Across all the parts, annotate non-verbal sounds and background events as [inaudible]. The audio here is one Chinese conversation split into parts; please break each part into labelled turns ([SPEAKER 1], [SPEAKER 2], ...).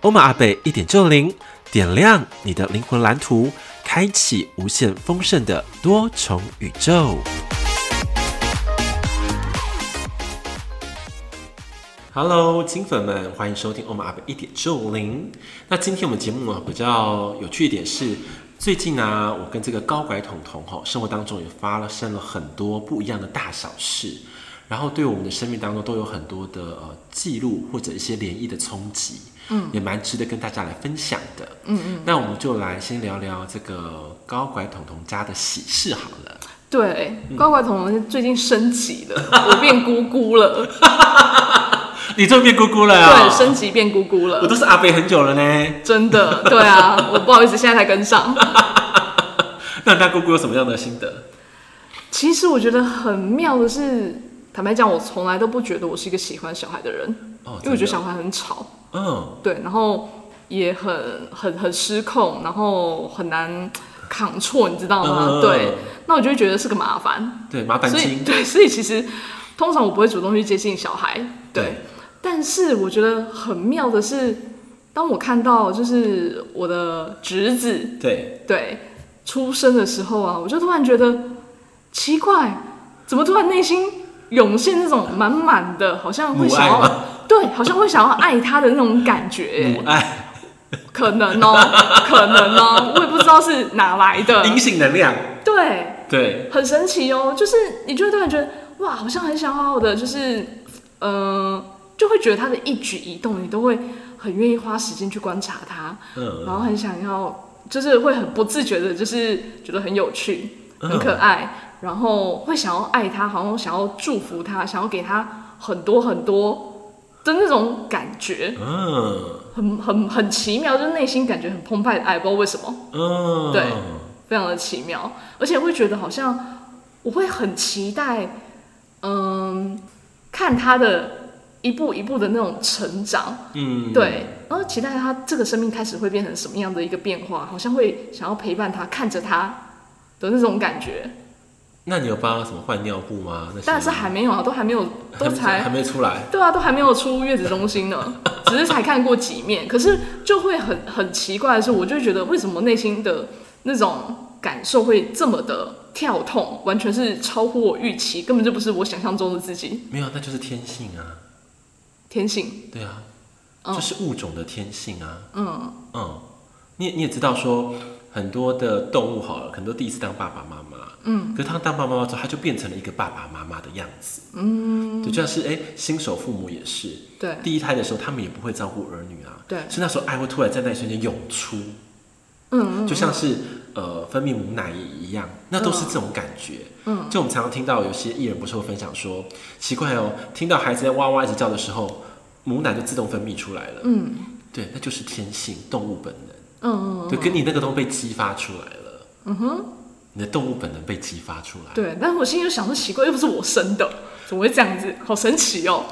[SPEAKER 1] 欧玛阿贝一点就灵，点亮你的灵魂蓝图，开启无限丰盛的多重宇宙。Hello，金粉们，欢迎收听欧玛阿贝一点就灵。那今天我们节目呢啊比较有趣一点是，最近呢、啊我跟这个高拐彤彤吼，生活当中也发生了很多不一样的大小事，然后对我们的生命当中都有很多的呃记录或者一些涟漪的冲击，嗯，也蛮值得跟大家来分享的，嗯嗯。那我们就来先聊聊这个高拐彤彤家的喜事好了。
[SPEAKER 2] 对，
[SPEAKER 1] 嗯
[SPEAKER 2] 乖乖桶是最近升级
[SPEAKER 1] [laughs]
[SPEAKER 2] 了，我变姑姑了，
[SPEAKER 1] 你终于变姑姑了啊、
[SPEAKER 2] 对，升级变姑姑
[SPEAKER 1] 我
[SPEAKER 2] 了，
[SPEAKER 1] 都是阿贝很久了呢。
[SPEAKER 2] 真的，对啊，我不好意思，现在才跟上。
[SPEAKER 1] 那大姑姑有什么样的心得？
[SPEAKER 2] 其实我觉得很妙的是，坦白讲，我从来都不觉得我是一个喜欢小孩的人，
[SPEAKER 1] 哦
[SPEAKER 2] 因为我觉
[SPEAKER 1] 真的
[SPEAKER 2] 得小孩很吵，
[SPEAKER 1] 嗯，
[SPEAKER 2] 对，然后也很很很失控，然后很难扛错，你知道吗？
[SPEAKER 1] 嗯
[SPEAKER 2] 对，那我就会觉得是个麻烦，
[SPEAKER 1] 对，麻烦
[SPEAKER 2] 所以
[SPEAKER 1] 亲，
[SPEAKER 2] 对，所以其实通常我不会主动去接近小孩，
[SPEAKER 1] 对，
[SPEAKER 2] 但是我觉得很妙的是，当我看到就是我的侄子
[SPEAKER 1] 对，
[SPEAKER 2] 对出生的时候啊，我就突然觉得奇怪，怎么突然内心涌现那种满满的，好像会
[SPEAKER 1] 母
[SPEAKER 2] 想
[SPEAKER 1] 爱吗
[SPEAKER 2] 要对，好像会想要爱他的那种感觉
[SPEAKER 1] 母，爱， [laughs]
[SPEAKER 2] 可能哦，可能哦，我也不知道是哪来的，
[SPEAKER 1] 阴性能量，
[SPEAKER 2] 对，
[SPEAKER 1] 对，
[SPEAKER 2] 很神奇哦，就是你就会突然觉得哇，好像很想好好的，就是呃，就会觉得他的一举一动，你都会很愿意花时间去观察他，
[SPEAKER 1] 嗯，
[SPEAKER 2] 然后很想要，就是会很不自觉的，就是觉得很有趣、
[SPEAKER 1] 嗯
[SPEAKER 2] 很可爱，然后会想要爱他，好像想要祝福他，想要给他很多很多的那种感觉，
[SPEAKER 1] 嗯，
[SPEAKER 2] 很很很奇妙，就是内心感觉很澎湃的爱，不知道为什么。
[SPEAKER 1] 嗯，
[SPEAKER 2] 对非常的奇妙，而且会觉得好像我会很期待，嗯，看他的一步一步的那种成长，
[SPEAKER 1] 嗯，
[SPEAKER 2] 对，然后期待他这个生命开始会变成什么样的一个变化，好像会想要陪伴他，看着他的那种感觉。
[SPEAKER 1] 那你有帮他什么换尿布吗？那些
[SPEAKER 2] 但是还没有啊，都还没有，都
[SPEAKER 1] 还没还
[SPEAKER 2] 才
[SPEAKER 1] 没出来，
[SPEAKER 2] 对啊，都还没有出月子中心呢， [laughs] 只是才看过几面。可是就会很很奇怪的是，我就觉得为什么内心的那种感受会这么的跳痛，完全是超乎我预期，根本就不是我想象中的自己。
[SPEAKER 1] 没有，那就是天性啊，
[SPEAKER 2] 天性，
[SPEAKER 1] 对啊，
[SPEAKER 2] 嗯
[SPEAKER 1] 这是物种的天性啊，
[SPEAKER 2] 嗯，
[SPEAKER 1] 嗯，你也你也知道说。很多的动物好了，很多第一次当爸爸妈妈，嗯，可是他当爸爸妈妈之后，他就变成了一个爸爸妈妈的样子，嗯，就像是哎、新手父母也是，
[SPEAKER 2] 对
[SPEAKER 1] 第一胎的时候，他们也不会照顾儿女啊，
[SPEAKER 2] 对
[SPEAKER 1] 所以那时候爱会突然在那一瞬间涌出，
[SPEAKER 2] 嗯，
[SPEAKER 1] 就像是呃分泌母奶一样，那都是这种感觉。嗯，就我们常常听到有些艺人不是会分享说，奇怪哦，听到孩子在哇哇一直叫的时候，母奶就自动分泌出来了。嗯，对，那就是天性，动物本能。
[SPEAKER 2] 嗯，
[SPEAKER 1] 对，跟你那个东西被激发出来了。嗯哼，你的动物本能被激发出来，
[SPEAKER 2] 对。但是我心里就想说，奇怪，又不是我生的，怎么会这样子？好神奇哦，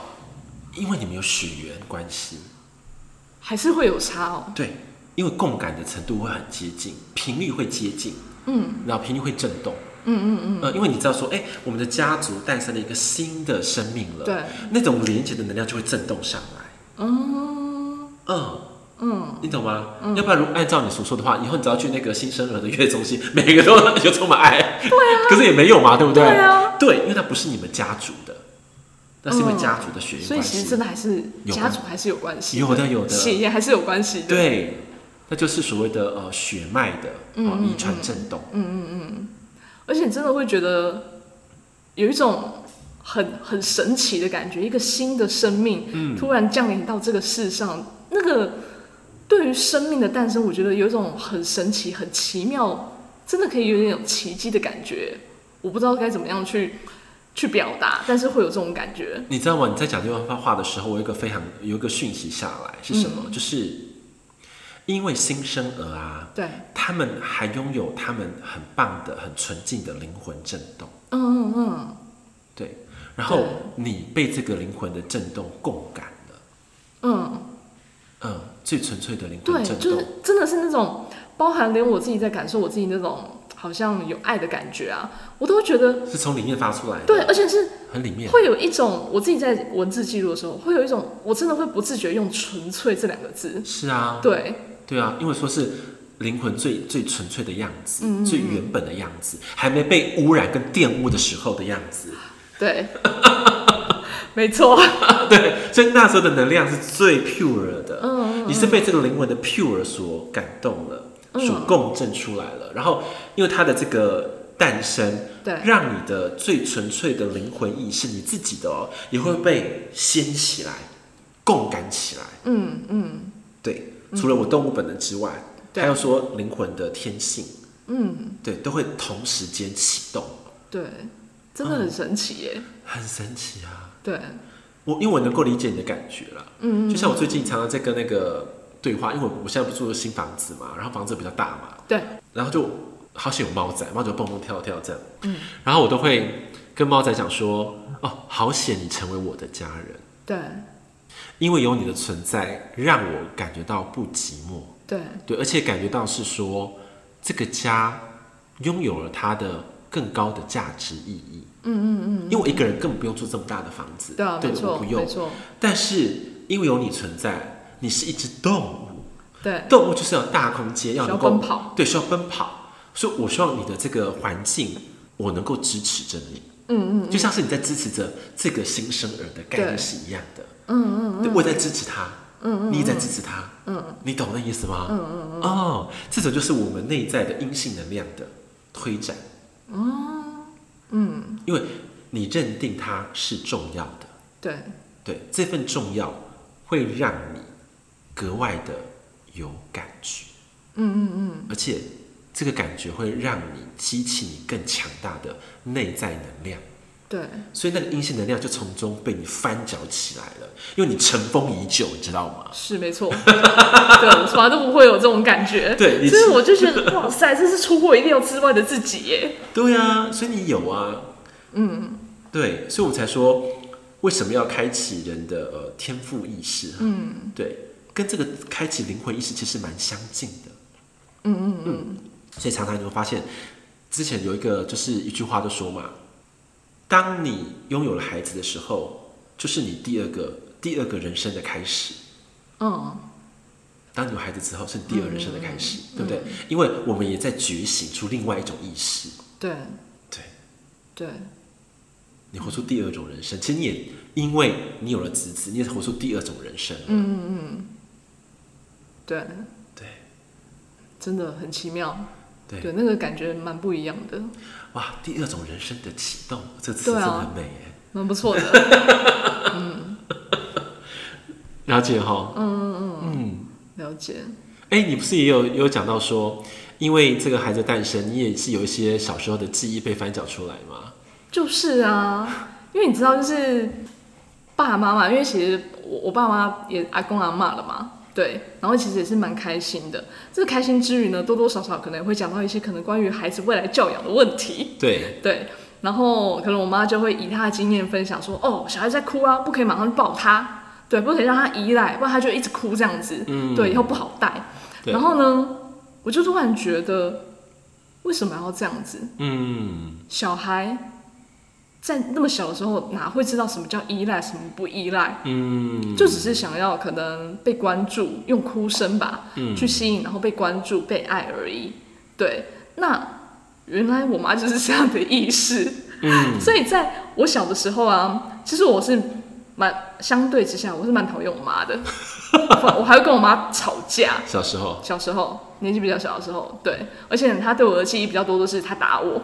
[SPEAKER 1] 因为你们有血缘关系。
[SPEAKER 2] 还是会有差哦。
[SPEAKER 1] 对，因为共感的程度会很接近，频率会接近，嗯，然后频率会震动，嗯嗯嗯，呃，因为你知道说，哎、我们的家族诞生了一个新的生命了，
[SPEAKER 2] 对，
[SPEAKER 1] 那种连接的能量就会震动上来，
[SPEAKER 2] 嗯，
[SPEAKER 1] 嗯。嗯，你懂吗？要不然，如按照你所说的话，以后你只要去那个新生儿的月子中心， [laughs] 每个都就充满爱，对啊，可是也没有嘛，对不对？
[SPEAKER 2] 对啊
[SPEAKER 1] 对因为那不是你们家族的，那是因为家族的血缘
[SPEAKER 2] 所以
[SPEAKER 1] 关
[SPEAKER 2] 其
[SPEAKER 1] 系
[SPEAKER 2] 实，真的还是
[SPEAKER 1] 有
[SPEAKER 2] 家
[SPEAKER 1] 关
[SPEAKER 2] 族还是有关系，
[SPEAKER 1] 有的有的，
[SPEAKER 2] 血缘还是有关系的。
[SPEAKER 1] 对，那就是所谓的呃血脉的
[SPEAKER 2] 嗯
[SPEAKER 1] 啊遗传震动。
[SPEAKER 2] 而且真的会觉得有一种很很神奇的感觉，一个新的生命、
[SPEAKER 1] 嗯
[SPEAKER 2] 突然降临到这个世上，那个对于生命的诞生，我觉得有一种很神奇、很奇妙，真的可以有点有奇迹的感觉。我不知道该怎么样去去表达，但是会有这种感觉。
[SPEAKER 1] 你知道吗？
[SPEAKER 2] 嗯
[SPEAKER 1] 你在讲这段话的时候，我有一个非常有一个讯息下来是什么？就是因为新生儿啊，
[SPEAKER 2] 对，
[SPEAKER 1] 他们还拥有他们很棒的、很纯净的灵魂震动，
[SPEAKER 2] 嗯嗯嗯，
[SPEAKER 1] 对。然后你被这个灵魂的震动共感了，
[SPEAKER 2] 嗯，
[SPEAKER 1] 嗯，最纯粹的灵魂
[SPEAKER 2] 对，
[SPEAKER 1] 震
[SPEAKER 2] 就是
[SPEAKER 1] 动，
[SPEAKER 2] 真的是那种包含连我自己在感受我自己那种好像有爱的感觉啊，我都觉得
[SPEAKER 1] 是从里面发出来的，
[SPEAKER 2] 对，，而且是
[SPEAKER 1] 很里面，
[SPEAKER 2] 会有一种我自己在文字记录的时候，会有一种我真的会不自觉用“纯粹”这两个字，
[SPEAKER 1] 是啊，
[SPEAKER 2] 对，
[SPEAKER 1] 对啊，因为说是灵魂最最纯粹的样子，
[SPEAKER 2] 嗯
[SPEAKER 1] 最原本的样子，还没被污染跟玷污的时候的样子。 [laughs]
[SPEAKER 2] 对，没错，
[SPEAKER 1] 对，所以那时候的能量是最 pure 的，
[SPEAKER 2] 嗯
[SPEAKER 1] 你是被这个灵魂的 pure 所感动了，
[SPEAKER 2] 嗯
[SPEAKER 1] 所共振出来了。然后，因为它的这个诞生，
[SPEAKER 2] 对
[SPEAKER 1] 让你的最纯粹的灵魂意识，你自己的哦，也会被掀起来，共感起来。
[SPEAKER 2] 嗯嗯
[SPEAKER 1] 对，除了我动物本能之外，
[SPEAKER 2] 对
[SPEAKER 1] 还有说灵魂的天性。
[SPEAKER 2] 嗯，
[SPEAKER 1] 对，都会同时间启动，
[SPEAKER 2] 对，真的很神奇耶，
[SPEAKER 1] 很神奇啊！
[SPEAKER 2] 对，
[SPEAKER 1] 我因为我能够理解你的感觉啦，
[SPEAKER 2] 嗯
[SPEAKER 1] 就像我最近常常在跟那个对话，因为我我现在不住新房子嘛，然后房子比较大嘛，
[SPEAKER 2] 对，
[SPEAKER 1] 然后就好喜欢有猫仔，猫就蹦蹦跳跳这样，
[SPEAKER 2] 嗯，
[SPEAKER 1] 然后我都会跟猫仔讲说，哦，好险你成为我的家人，
[SPEAKER 2] 对
[SPEAKER 1] 因为有你的存在，让我感觉到不寂寞，
[SPEAKER 2] 对
[SPEAKER 1] 对，而且感觉到是说这个家拥有了它的更高的价值意义。嗯嗯嗯，因为我一个人根本不用住这么大的房子，
[SPEAKER 2] 对啊，没
[SPEAKER 1] 不
[SPEAKER 2] 错
[SPEAKER 1] 我不用
[SPEAKER 2] 没。错，
[SPEAKER 1] 但是因为有你存在，你是一只动物，
[SPEAKER 2] 对
[SPEAKER 1] 动物就是要有大空间，要
[SPEAKER 2] 需要
[SPEAKER 1] 能够
[SPEAKER 2] 奔跑，
[SPEAKER 1] 对，需要奔跑。所以我希望你的这个环境，我能够支持着你，
[SPEAKER 2] 嗯嗯
[SPEAKER 1] 就像是你在支持着这个新生儿的概念
[SPEAKER 2] 对
[SPEAKER 1] 是一样的。
[SPEAKER 2] 嗯嗯
[SPEAKER 1] 对，我也在支持他，嗯嗯，你也在支持他，嗯，你懂那意思吗？嗯嗯嗯，哦，这种就是我们内在的阴性能量的推展，
[SPEAKER 2] 嗯，
[SPEAKER 1] 因为你认定它是重要的，
[SPEAKER 2] 对
[SPEAKER 1] 对，这份重要会让你格外的有感觉，嗯嗯嗯，而且这个感觉会让你激起你更强大的内在能量。
[SPEAKER 2] 对
[SPEAKER 1] 所以那个阴性能量就从中被你翻搅起来了，因为你尘封已久，你知道吗？
[SPEAKER 2] 是没错， [laughs] 对我从来都不会有这种感觉，
[SPEAKER 1] 对你
[SPEAKER 2] 所以我就觉得哇塞，这是出乎我意料之外的自己耶，
[SPEAKER 1] 对啊，所以你有啊，嗯，对，所以我们才说为什么要开启人的呃天赋意识、嗯，对，跟这个开启灵魂意识其实蛮相近的，嗯嗯嗯，所以常常你会发现，之前有一个就是一句话就说嘛，当你拥有了孩子的时候，就是你第二个第二个人生的开始。
[SPEAKER 2] 嗯，
[SPEAKER 1] 当你有孩子之后，是你第二人生的开始，对不对？因为我们也在觉醒出另外一种意识，
[SPEAKER 2] 对
[SPEAKER 1] 对，
[SPEAKER 2] 对
[SPEAKER 1] 你活出第二种人生。其实你也因为你有了侄子，你也活出第二种人生。嗯，
[SPEAKER 2] 对，
[SPEAKER 1] 对
[SPEAKER 2] 真的很奇妙，
[SPEAKER 1] 对，
[SPEAKER 2] 对，那个感觉蛮不一样的，
[SPEAKER 1] 哇，第二种人生的启动，这个词真
[SPEAKER 2] 对
[SPEAKER 1] 的
[SPEAKER 2] 啊
[SPEAKER 1] 很美耶。
[SPEAKER 2] 蛮不错的。 [laughs]
[SPEAKER 1] 了解哈，嗯，
[SPEAKER 2] 了解，
[SPEAKER 1] 哎、你不是也有也有讲到说，因为这个孩子的诞生，你也是有一些小时候的记忆被翻搅出来吗？
[SPEAKER 2] 就是啊，因为你知道，就是爸爸妈妈，因为其实我我爸妈也阿公阿妈了嘛，对，然后其实也是蛮开心的。这个开心之余呢，多多少少可能也会讲到一些可能关于孩子未来教养的问题，
[SPEAKER 1] 对，
[SPEAKER 2] 对。然后可能我妈就会以她的经验分享说，哦，小孩在哭啊，不可以马上抱他，对，不可以让他依赖，不然他就一直哭这样子，
[SPEAKER 1] 嗯
[SPEAKER 2] 对，以后不好带。
[SPEAKER 1] 对
[SPEAKER 2] 然后呢，我就突然觉得，为什么要这样子？
[SPEAKER 1] 嗯，
[SPEAKER 2] 小孩在那么小的时候，哪会知道什么叫依赖，什么不依赖？嗯，就只是想要可能被关注，用哭声吧，
[SPEAKER 1] 嗯
[SPEAKER 2] 去吸引，然后被关注、被爱而已。对，那原来我妈就是这样的意识。嗯，所以在我小的时候啊，其实我是蛮相对之下，我是蛮讨厌我妈的，我我还会跟我妈吵架。
[SPEAKER 1] 小时候，
[SPEAKER 2] 小时候，年纪比较小的时候，对，而且他对我的记忆比较多都是他打我，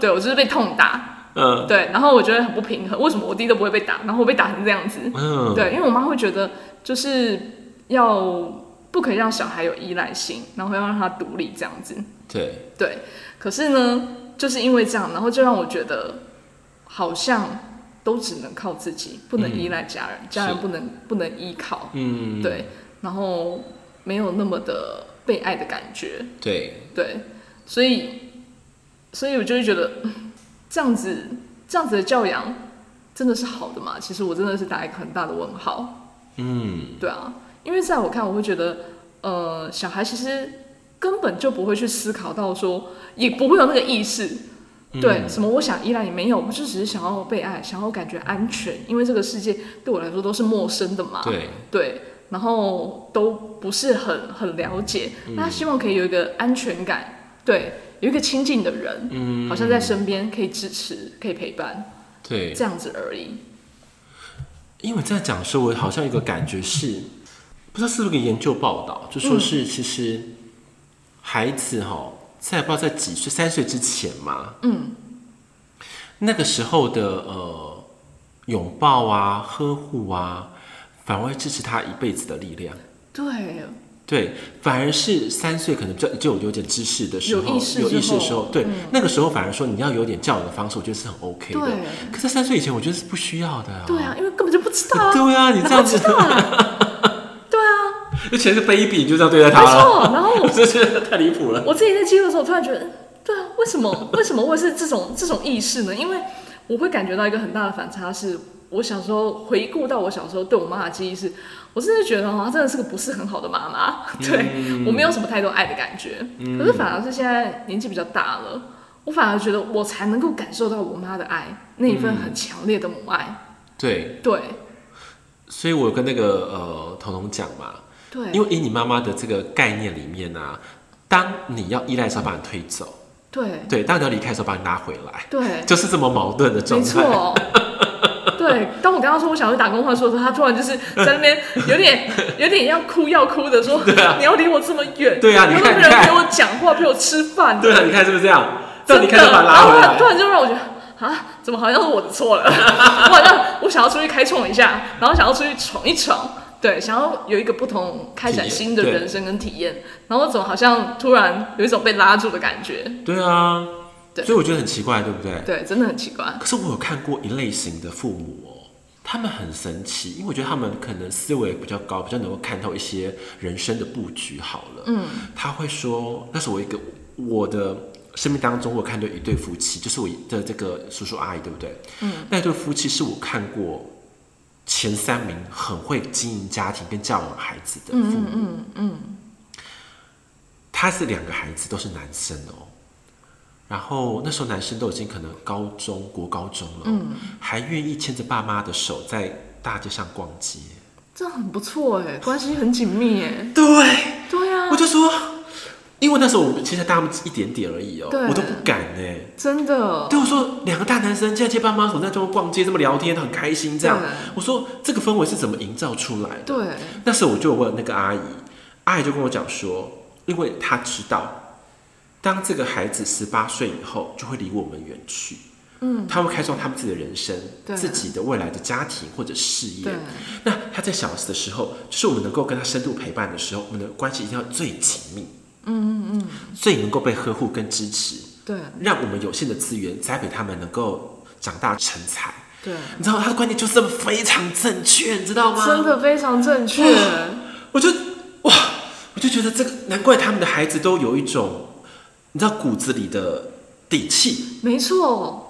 [SPEAKER 2] 对我就是被痛打，
[SPEAKER 1] 嗯
[SPEAKER 2] 对，然后我觉得很不平衡，为什么我弟都不会被打，然后我被打成这样子？
[SPEAKER 1] 嗯，
[SPEAKER 2] 对，因为我妈会觉得就是要不可以让小孩有依赖性，然后要让他独立这样子，
[SPEAKER 1] 对，
[SPEAKER 2] 对，可是呢，就是因为这样，然后就让我觉得好像都只能靠自己，不能依赖家人，家人
[SPEAKER 1] 是
[SPEAKER 2] 不能不能依靠，
[SPEAKER 1] 嗯，
[SPEAKER 2] 对，然后没有那么的被爱的感觉。
[SPEAKER 3] 对，
[SPEAKER 2] 对，所以，所以我就会觉得嗯这样子这样子的教养真的是好的吗？其实我真的是打一个很大的问号。
[SPEAKER 1] 嗯，
[SPEAKER 2] 对啊，因为在我看，我会觉得，呃，小孩其实根本就不会去思考到说，也不会有那个意识。
[SPEAKER 1] 嗯
[SPEAKER 2] 对，什么我想依赖也没有，我就只是想要被爱，想要感觉安全，因为这个世界对我来说都是陌生的嘛。
[SPEAKER 3] 对，
[SPEAKER 2] 对，然后都不是很很了解，
[SPEAKER 1] 嗯
[SPEAKER 2] 那希望可以有一个安全感，对，有一个亲近的人，嗯，好像在身边可以支持，可以陪伴，
[SPEAKER 3] 对，
[SPEAKER 2] 这样子而已。
[SPEAKER 1] 因为在讲的时候，我好像有一个感觉是，不知道是不是一个研究报道，就说
[SPEAKER 2] 嗯
[SPEAKER 1] 是其实孩子哈、在不知道在几岁，三岁之前嘛，嗯，那个时候的呃拥抱啊、呵护啊，反而会支持他一辈子的力量。
[SPEAKER 2] 对，
[SPEAKER 1] 对，反而是三岁可能就就有点知识的时候，
[SPEAKER 2] 有意识
[SPEAKER 1] 有
[SPEAKER 2] 之
[SPEAKER 1] 意识的时
[SPEAKER 2] 后嗯
[SPEAKER 1] 候，对、那个时候反而说你要有点教养的方式，我觉得是很 OK 的
[SPEAKER 2] 对。啊
[SPEAKER 1] 可是三岁以前，我觉得是不需要的啊。
[SPEAKER 2] 对啊，因为根本就不知道啊，
[SPEAKER 1] 对啊，你这样子， [laughs]
[SPEAKER 2] 对啊，
[SPEAKER 1] 而且是 baby，你就这样对待他 [laughs]
[SPEAKER 2] 没
[SPEAKER 1] 了，
[SPEAKER 2] 错。然后我
[SPEAKER 1] 这是太离谱了。
[SPEAKER 2] 我自己在记录的时候，我突然觉得，嗯对啊，为什么 [laughs] 为什么会是这种这种意识呢？因为我会感觉到一个很大的反差是。我小时候回顾到我小时候对我妈的记忆是，我真的觉得啊，真的是个不是很好的妈妈， [laughs] 对、我没有什么太多爱的感觉。可是反而是现在年纪比较大了，我反而觉得我才能够感受到我妈的爱，那一份很强烈的母爱。
[SPEAKER 1] 对，
[SPEAKER 2] 对
[SPEAKER 1] 所以我跟那个呃彤彤讲嘛，
[SPEAKER 2] 对，
[SPEAKER 1] 因为以你妈妈的这个概念里面啊，当你要依赖的时候，把你推走；
[SPEAKER 2] 对
[SPEAKER 1] 对，当你要离开的时候，把你拉回来，
[SPEAKER 2] 对，
[SPEAKER 1] 就是这么矛盾的状
[SPEAKER 2] 没
[SPEAKER 1] 态。 [laughs]
[SPEAKER 2] 错。对，当我刚刚说我想去打工换宿的时候，他突然就是在那边有点 [laughs] 有点要哭要哭的说：“你要离我这么远，
[SPEAKER 1] 啊对啊你
[SPEAKER 2] 你
[SPEAKER 1] 看
[SPEAKER 2] 没
[SPEAKER 1] 你
[SPEAKER 2] 有
[SPEAKER 1] 看
[SPEAKER 2] 陪我讲话，陪我吃饭，
[SPEAKER 1] 对啊，你看是不是这样？
[SPEAKER 2] 真
[SPEAKER 1] 让
[SPEAKER 2] 的。
[SPEAKER 1] 你开始把它
[SPEAKER 2] 然
[SPEAKER 1] 拉
[SPEAKER 2] 后
[SPEAKER 1] 回
[SPEAKER 2] 突然突
[SPEAKER 1] 来。
[SPEAKER 2] 然就让我觉得啊，怎么好像是我的错了？ [laughs] 我好像我想要出去开创一下，然后想要出去闯一闯，对，想要有一个不同开展
[SPEAKER 1] 体验
[SPEAKER 2] 新的
[SPEAKER 1] 对
[SPEAKER 2] 人生跟体验，然后怎么好像突然有一种被拉住的感觉？
[SPEAKER 1] 对啊，
[SPEAKER 2] 对
[SPEAKER 1] 所以我觉得很奇怪，对不对？
[SPEAKER 2] 对，真的很奇怪。
[SPEAKER 1] 可是我有看过一类型的父母哦，他们很神奇，因为我觉得他们可能思维比较高，比较能够看透一些人生的布局。好了，嗯，他会说，那是我一个我的生命当中，我有看到一对夫妻，就是我的这个叔叔阿姨，对不对？嗯，那对夫妻是我看过前三名很会经营家庭跟教养孩子的父母。嗯嗯他是两个孩子都是男生哦，然后那时候男生都已经可能高中、国高中了，
[SPEAKER 2] 嗯
[SPEAKER 1] 还愿意牵着爸妈的手在大街上逛街。
[SPEAKER 2] 这很不错哎，关系很紧密哎。
[SPEAKER 1] 对，
[SPEAKER 2] 对啊
[SPEAKER 1] 我，就说，因为那时候我其实大他们一点点而已哦、
[SPEAKER 2] 对
[SPEAKER 1] 我都不敢哎、
[SPEAKER 2] 真的，
[SPEAKER 1] 对我说，两个大男生竟然牵爸妈手在这么逛街，这么聊天，很开心这样
[SPEAKER 2] 对。
[SPEAKER 1] 我说这个氛围是怎么营造出来的？
[SPEAKER 2] 对
[SPEAKER 1] 那时候我就有问那个阿姨，阿姨就跟我讲说，因为她知道，当这个孩子十八岁以后，就会离我们远去。嗯，他会开创他们自己的人生，
[SPEAKER 2] 对
[SPEAKER 1] 自己的未来的家庭或者事业
[SPEAKER 2] 对。
[SPEAKER 1] 那他在小时的时候，就是我们能够跟他深度陪伴的时候，我们的关系一定要最紧密。嗯嗯嗯，最能够被呵护跟支持，
[SPEAKER 2] 对
[SPEAKER 1] 让我们有限的资源栽培他们能够长大成才。
[SPEAKER 2] 对，
[SPEAKER 1] 你知道他的观点就是这么非常正确，你知道吗？
[SPEAKER 2] 真的非常正确。
[SPEAKER 1] 我就哇，我就觉得这个难怪他们的孩子都有一种，你知道骨子里的底气，
[SPEAKER 2] 没错，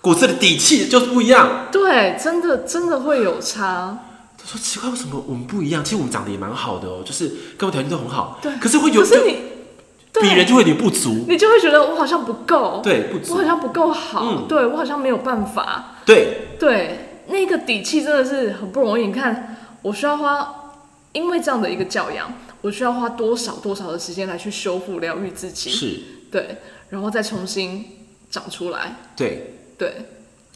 [SPEAKER 1] 骨子里底气就是不一样。
[SPEAKER 2] 对，真的真的会有差。
[SPEAKER 1] 他说奇怪，为什么我们不一样？其实我们长得也蛮好的哦，就是各方条件都很好，
[SPEAKER 2] 对，
[SPEAKER 1] 可是会有
[SPEAKER 2] 可是你，
[SPEAKER 1] 就比人
[SPEAKER 2] 对，
[SPEAKER 1] 就会有点不足，
[SPEAKER 2] 你就会觉得我好像不够，，
[SPEAKER 1] 对，不
[SPEAKER 2] 我
[SPEAKER 1] 足
[SPEAKER 2] 好，像不够好，
[SPEAKER 1] 嗯
[SPEAKER 2] 对我好像没有办法，
[SPEAKER 1] 对，
[SPEAKER 2] 对，那个底气真的是很不容易。你看，我需要花，因为这样的一个教养，我需要花多少多少的时间来去修复、疗愈自己，
[SPEAKER 1] 是，
[SPEAKER 2] 对，然后再重新长出来，
[SPEAKER 1] 对，
[SPEAKER 2] 对，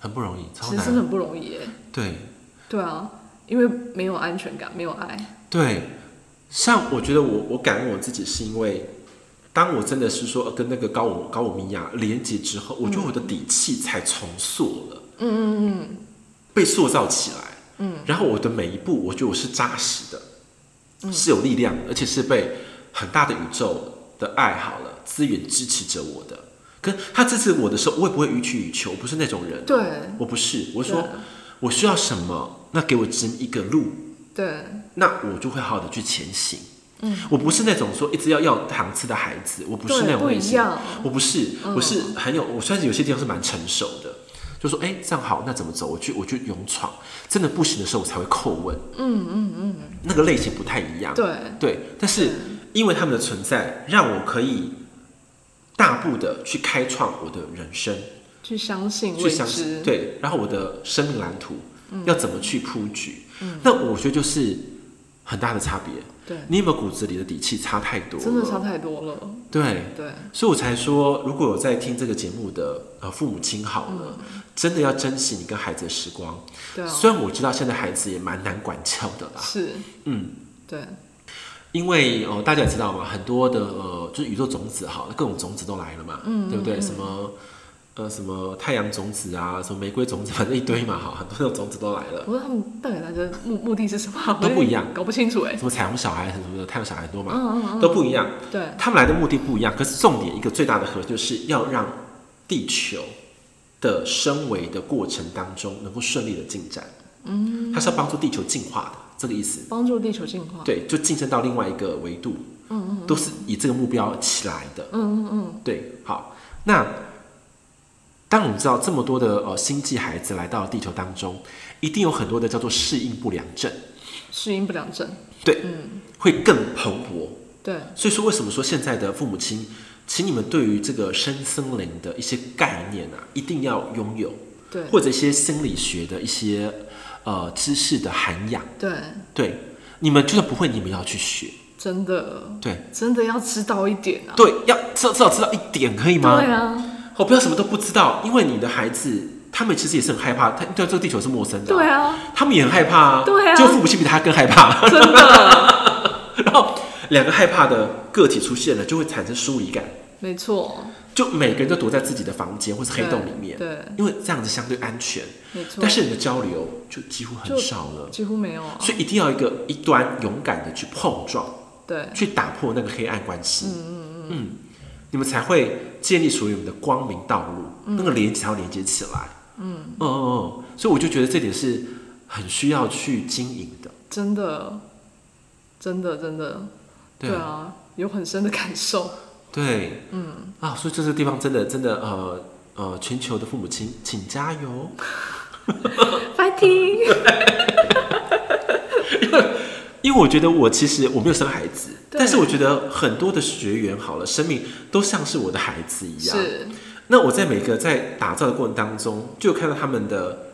[SPEAKER 1] 很不容易，超
[SPEAKER 2] 其实真的
[SPEAKER 1] 难，
[SPEAKER 2] 很不容易耶。
[SPEAKER 1] 对，
[SPEAKER 2] 对啊，因为没有安全感，没有爱。
[SPEAKER 1] 对，像我觉得我我感恩我自己，是因为当我真的是说呃跟那个高我高我米娅连接之后，我觉得我的底气才重塑了，嗯嗯嗯，被塑造起来，嗯，然后我的每一步，我觉得我是扎实的，是有力量的，而且是被很大的宇宙的爱好了资源支持着我的。可是他支持我的时候，我也不会予取予求，我不是那种人，
[SPEAKER 2] 对
[SPEAKER 1] 我不是，我
[SPEAKER 2] 对
[SPEAKER 1] 说我需要什么，那给我指一个路，
[SPEAKER 2] 对
[SPEAKER 1] 那我就会好好的去前行。嗯，我不是那种说一直要要糖吃的孩子，我不是那
[SPEAKER 2] 对，
[SPEAKER 1] 种
[SPEAKER 2] 不
[SPEAKER 1] 类
[SPEAKER 2] 一
[SPEAKER 1] 型。
[SPEAKER 2] 样。
[SPEAKER 1] 我不是，我是很有，我算是有些地方是蛮成熟的，就说哎、诶这样好，那怎么走？我去，我去勇闯，真的不行的时候我才会叩问。嗯嗯嗯，那个类型不太一样。
[SPEAKER 2] 对，
[SPEAKER 1] 对，但是因为他们的存在，让我可以大步的去开创我的人生，
[SPEAKER 2] 去相信
[SPEAKER 1] 去
[SPEAKER 2] 未
[SPEAKER 1] 想
[SPEAKER 2] 知。嗯
[SPEAKER 1] 对，然后我的生命蓝图要怎么去铺局，那我觉得就是很大的差别。
[SPEAKER 2] 对，
[SPEAKER 1] 你有没有骨子里的底气差太多了？
[SPEAKER 2] 真的差太多了。
[SPEAKER 1] 对，
[SPEAKER 2] 对，
[SPEAKER 1] 所以我才说，如果有在听这个节目的呃父母亲好了，真的要珍惜你跟孩子的时光。
[SPEAKER 2] 嗯对啊，
[SPEAKER 1] 虽然我知道现在孩子也蛮难管教的啦，
[SPEAKER 2] 是，
[SPEAKER 1] 啊嗯，
[SPEAKER 2] 对，
[SPEAKER 1] 因为呃大家也知道嘛，很多的呃就是宇宙种子好了，各种种子都来了嘛，嗯对不对？什么呃什么太阳种子啊，什么玫瑰种子，反正一堆嘛，哈，很多那种种子都来了。
[SPEAKER 2] 不过他们到底来的目目的是什么啊？
[SPEAKER 1] 都
[SPEAKER 2] 我有
[SPEAKER 1] 不一
[SPEAKER 2] 点
[SPEAKER 1] 样
[SPEAKER 2] [laughs] 搞不清楚哎。
[SPEAKER 1] 什么彩虹小孩什么的，太阳小孩很多嘛，
[SPEAKER 2] 嗯嗯
[SPEAKER 1] 都不一样。
[SPEAKER 2] 嗯，对，
[SPEAKER 1] 他们来的目的不一样，可是重点一个最大的核就是要让地球的升维的过程当中能够顺利的进展。嗯，它是要帮助地球进化的这个意思。
[SPEAKER 2] 帮助地球进化。
[SPEAKER 1] 对，就晋升到另外一个维度。嗯嗯，都是以这个目标起来的。
[SPEAKER 2] 嗯嗯嗯，
[SPEAKER 1] 对，好，那当我们知道这么多的呃星际孩子来到地球当中，一定有很多的叫做适应不良症，
[SPEAKER 2] 适应不良症。
[SPEAKER 1] 对
[SPEAKER 2] 嗯，
[SPEAKER 1] 会更蓬勃。
[SPEAKER 2] 对，
[SPEAKER 1] 所以说，为什么说现在的父母亲，请你们对于这个深森林的一些概念啊，一定要拥有，
[SPEAKER 2] 对，
[SPEAKER 1] 或者一些心理学的一些呃知识的涵养。
[SPEAKER 2] 对，
[SPEAKER 1] 对，你们就算不会，你们也要去学。
[SPEAKER 2] 真的，
[SPEAKER 1] 对，
[SPEAKER 2] 真的要知道一点啊。
[SPEAKER 1] 对，要至少至少知道一点，可以
[SPEAKER 2] 对
[SPEAKER 1] 吗？ [laughs]
[SPEAKER 2] 啊，
[SPEAKER 1] 哦，不要什么都不知道，因为你的孩子他们其实也是很害怕，他对这个地球是陌生的啊、
[SPEAKER 2] 对啊，
[SPEAKER 1] 他们也很害怕啊。
[SPEAKER 2] 对啊
[SPEAKER 1] 就父母亲比他更害
[SPEAKER 2] [laughs]
[SPEAKER 1] 怕，
[SPEAKER 2] 真的，
[SPEAKER 1] 然后两个害怕的个体出现了，就会产生疏离感，
[SPEAKER 2] 没错，
[SPEAKER 1] 就每个人都躲在自己的房间或是黑洞里面。
[SPEAKER 2] 对，
[SPEAKER 1] 因为这样子相对安全，
[SPEAKER 2] 没错。
[SPEAKER 1] 但是你的交流就几乎很少了，
[SPEAKER 2] 几乎没有啊。
[SPEAKER 1] 所以一定要一个一端勇敢的去碰撞，
[SPEAKER 2] 对，
[SPEAKER 1] 去打破那个黑暗关系。嗯嗯你们才会建立属于你们的光明道路，那个连接才要连接起来。嗯嗯嗯，嗯所以我就觉得这点是很需要去经营的。
[SPEAKER 2] 真的，真的，真的，
[SPEAKER 1] 对
[SPEAKER 2] 对啊，有很深的感受。 [laughs]
[SPEAKER 1] 对，嗯啊，所以这个地方真的真的呃呃，全球的父母亲请加油。
[SPEAKER 2] fighting，
[SPEAKER 1] 因为我觉得我其实我没有生孩子，
[SPEAKER 2] 对
[SPEAKER 1] 但是我觉得很多的学员好了，生命都像是我的孩子一样。
[SPEAKER 2] 是，
[SPEAKER 1] 那我在每个在打造的过程当中，就有看到他们的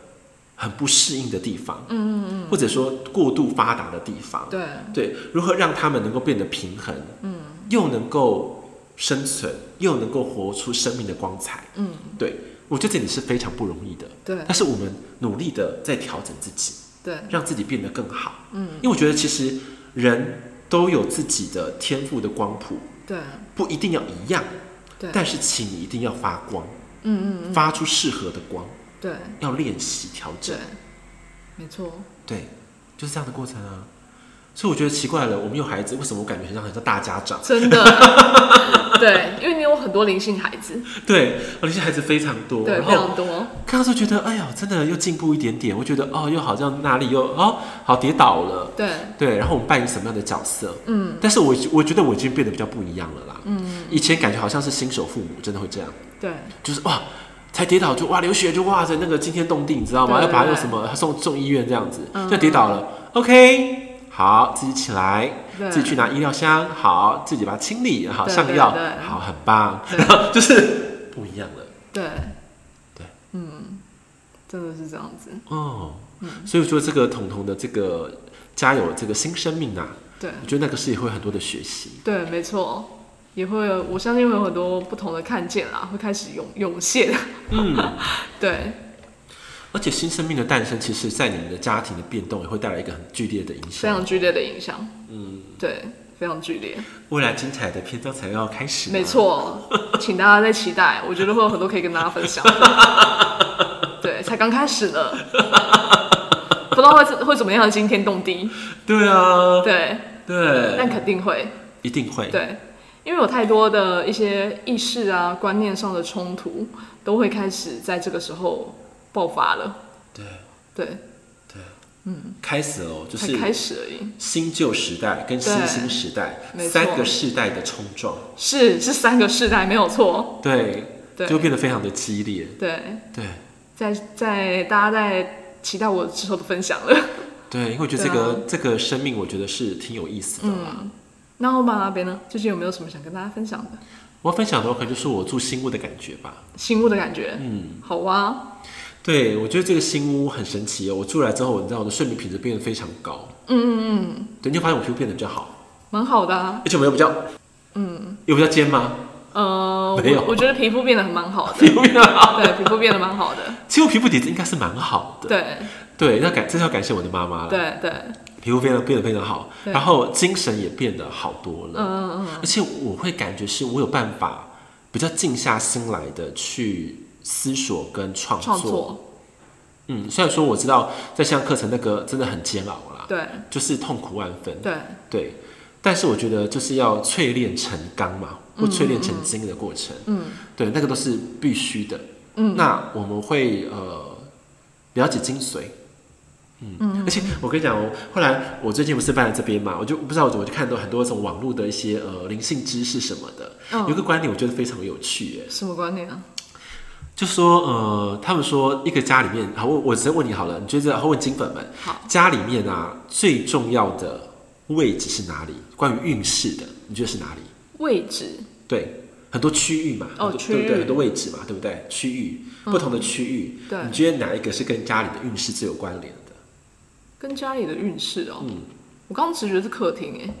[SPEAKER 1] 很不适应的地方，嗯嗯嗯，或者说过度发达的地方，
[SPEAKER 2] 对，
[SPEAKER 1] 对，如何让他们能够变得平衡，嗯，又能够生存，又能够活出生命的光彩，
[SPEAKER 2] 嗯，
[SPEAKER 1] 对我觉得这里是非常不容易的，
[SPEAKER 2] 对，
[SPEAKER 1] 但是我们努力的在调整自己。
[SPEAKER 2] 对，
[SPEAKER 1] 让自己变得更好。
[SPEAKER 2] 嗯，
[SPEAKER 1] 因为我觉得其实人都有自己的天赋的光谱，
[SPEAKER 2] 对，
[SPEAKER 1] 不一定要一样，
[SPEAKER 2] 对，
[SPEAKER 1] 但是请你一定要发光，
[SPEAKER 2] 嗯嗯，
[SPEAKER 1] 发出适合的光，
[SPEAKER 2] 对，
[SPEAKER 1] 要练习调整
[SPEAKER 2] 对。，没错，
[SPEAKER 1] 对，就是这样的过程啊。所以我觉得奇怪了，我们有孩子，为什么我感觉很像很像大家长？ [laughs]
[SPEAKER 2] 真的，对，因为你有很多灵性孩子，
[SPEAKER 1] 对，而且孩子非常多，
[SPEAKER 2] 对，
[SPEAKER 1] 然
[SPEAKER 2] 非
[SPEAKER 1] 后
[SPEAKER 2] 常多，
[SPEAKER 1] 看到时候觉得，哎呀，真的又进步一点点，我觉得哦，又好像哪里又哦，好跌倒了，
[SPEAKER 2] 对，
[SPEAKER 1] 对，然后我们扮演什么样的角色？
[SPEAKER 2] 嗯，
[SPEAKER 1] 但是我我觉得我已经变得比较不一样了啦。嗯，以前感觉好像是新手父母，真的会这样，
[SPEAKER 2] 对，
[SPEAKER 1] 就是哇，才跌倒就哇流血就哇这那个惊天动地，你知道吗？
[SPEAKER 2] 对
[SPEAKER 1] 要把他
[SPEAKER 2] 对
[SPEAKER 1] 用什么送送医院这样子，
[SPEAKER 2] 嗯
[SPEAKER 1] 就跌倒了。OK，好，自己起来，
[SPEAKER 2] 对
[SPEAKER 1] 自己去拿医疗箱，好，自己把它清理，好
[SPEAKER 2] 对
[SPEAKER 1] 上药
[SPEAKER 2] 对对，
[SPEAKER 1] 好，很棒。
[SPEAKER 2] 对
[SPEAKER 1] 然后 [laughs] 就是不一样了。
[SPEAKER 2] 对，
[SPEAKER 1] 对，
[SPEAKER 2] 嗯，真的是这样子，
[SPEAKER 1] 哦，所以我觉得这个彤彤的这个家有这个新生命啊，
[SPEAKER 2] 对，
[SPEAKER 1] 我觉得那个是会有很多的学习。
[SPEAKER 2] 对，没错，也会有，我相信会有很多不同的看见啦，会开始涌涌现，
[SPEAKER 1] 嗯，
[SPEAKER 2] [laughs] 对，
[SPEAKER 1] 而且新生命的诞生，其实在你们的家庭的变动也会带来一个很剧烈的影
[SPEAKER 2] 非
[SPEAKER 1] 响。
[SPEAKER 2] 常剧烈的影响，嗯，对，非常剧烈，
[SPEAKER 1] 未来精彩的篇章才要开始。
[SPEAKER 2] 没，错，请大家再期待，我觉得会有很多可以跟大家分享。
[SPEAKER 1] [laughs]
[SPEAKER 2] 对，才刚开始呢，不知道会会怎么样惊天动地。
[SPEAKER 1] 对啊，
[SPEAKER 2] 对，
[SPEAKER 1] 对，
[SPEAKER 2] 但肯定会
[SPEAKER 1] 一定会。
[SPEAKER 2] 对，因为有太多的一些意识啊、观念上的冲突，都会开始在这个时候爆发了。
[SPEAKER 1] 对
[SPEAKER 2] 对，
[SPEAKER 1] 对，嗯，开始了哦，就
[SPEAKER 2] 才
[SPEAKER 1] 是
[SPEAKER 2] 开始而已。
[SPEAKER 1] 新旧时代跟新兴时代
[SPEAKER 2] 没错
[SPEAKER 1] 三个世代的冲撞，
[SPEAKER 2] 是是三个世代没有错，
[SPEAKER 1] 对，
[SPEAKER 2] 对
[SPEAKER 1] 就变得非常的激烈，
[SPEAKER 2] 对，
[SPEAKER 1] 对
[SPEAKER 2] 在在大家在期待我之后的分享了。
[SPEAKER 1] 对，因为我觉得这
[SPEAKER 2] 啊
[SPEAKER 1] 个、这个生命，我觉得是挺有意思的
[SPEAKER 2] 嗯
[SPEAKER 1] 啦。
[SPEAKER 2] 那欧巴那边呢？最近有没有什么想跟大家分享的
[SPEAKER 1] 我要分享的话，可能就是我住新屋的感觉吧。
[SPEAKER 2] 新屋的感觉？
[SPEAKER 1] 嗯，
[SPEAKER 2] 好啊，
[SPEAKER 1] 对，我觉得这个新屋很神奇哦。我住来之后，你知道我的睡眠品质变得非常高，
[SPEAKER 2] 嗯嗯嗯，
[SPEAKER 1] 对，你就发现我皮肤变得比较好，
[SPEAKER 2] 蛮好的啊。
[SPEAKER 1] 而且我们又比较，嗯，有比较尖吗？
[SPEAKER 2] 呃，
[SPEAKER 1] 没有
[SPEAKER 2] 我我觉得皮肤变得很蛮好的，
[SPEAKER 1] 皮肤变得好，
[SPEAKER 2] 对，皮肤变得蛮好的，
[SPEAKER 1] 其实我皮肤底子应该是蛮好的。
[SPEAKER 2] 对
[SPEAKER 1] 对，那感这是要感谢我的妈妈了，
[SPEAKER 2] 对对，
[SPEAKER 1] 皮肤变得变得非常好，
[SPEAKER 2] 对
[SPEAKER 1] 然后精神也变得好多
[SPEAKER 2] 嗯
[SPEAKER 1] 了，
[SPEAKER 2] 嗯嗯，
[SPEAKER 1] 而且我会感觉是我有办法比较静下心来的去思索跟创作。
[SPEAKER 2] 创作，
[SPEAKER 1] 嗯，虽然说我知道在线上课程那个真的很煎熬啦，
[SPEAKER 2] 对
[SPEAKER 1] 就是痛苦万分，
[SPEAKER 2] 对，
[SPEAKER 1] 对，但是我觉得就是要淬炼成钢嘛，或淬炼成精的过程，
[SPEAKER 2] 嗯，
[SPEAKER 1] 对，那个都是必须的。
[SPEAKER 2] 嗯，
[SPEAKER 1] 那我们会呃了解精髓。嗯，而且我跟你讲哦，后来我最近不是搬来这边嘛，我就不知道我就看到很多这种网络的一些呃灵性知识什么的，
[SPEAKER 2] 嗯
[SPEAKER 1] 有一个观点我觉得非常有趣耶，
[SPEAKER 2] 什么观念啊？
[SPEAKER 1] 就说呃，他们说一个家里面，好，我我直接问你好了，你觉得，好问金粉们，
[SPEAKER 2] 好，
[SPEAKER 1] 家里面啊最重要的位置是哪里？关于运势的，你觉得是哪里？
[SPEAKER 2] 位置，
[SPEAKER 1] 对，很多区域嘛，
[SPEAKER 2] 哦
[SPEAKER 1] 很多
[SPEAKER 2] 区域
[SPEAKER 1] 对不对？很多位置嘛，对不对？区域、不同的区域，
[SPEAKER 2] 对
[SPEAKER 1] 你觉得哪一个是跟家里的运势最有关联的？
[SPEAKER 2] 跟家里的运势哦。
[SPEAKER 1] 嗯
[SPEAKER 2] 我刚刚直觉得是客厅诶，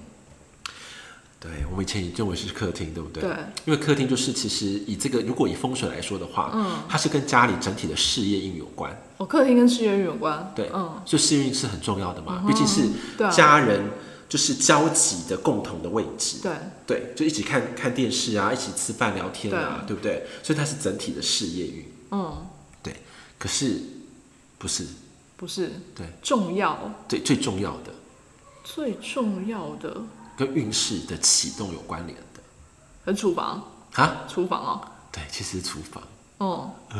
[SPEAKER 1] 对，我们以前也认为是客厅，对不对？
[SPEAKER 2] 对，
[SPEAKER 1] 因为客厅就是其实以这个，如果以风水来说的话，
[SPEAKER 2] 嗯，
[SPEAKER 1] 它是跟家里整体的事业运有关，
[SPEAKER 2] 哦，客厅跟事业运有关，
[SPEAKER 1] 对，
[SPEAKER 2] 嗯，
[SPEAKER 1] 所以事业运是很重要的嘛，毕竟是
[SPEAKER 2] 对啊，
[SPEAKER 1] 家人就是交集的共同的位置，
[SPEAKER 2] 对，
[SPEAKER 1] 对，就一起看看电视啊，一起吃饭聊天啊，对不对？所以它是整体的事业运，
[SPEAKER 2] 嗯，
[SPEAKER 1] 对。可是不是
[SPEAKER 2] 不是，
[SPEAKER 1] 对，
[SPEAKER 2] 重要，
[SPEAKER 1] 对最重要的
[SPEAKER 2] 最重要的，
[SPEAKER 1] 跟运势的启动有关联的
[SPEAKER 2] 跟厨房，
[SPEAKER 1] 啊？
[SPEAKER 2] 厨房哦，
[SPEAKER 1] 对，其实是厨房
[SPEAKER 2] 哦，
[SPEAKER 1] 嗯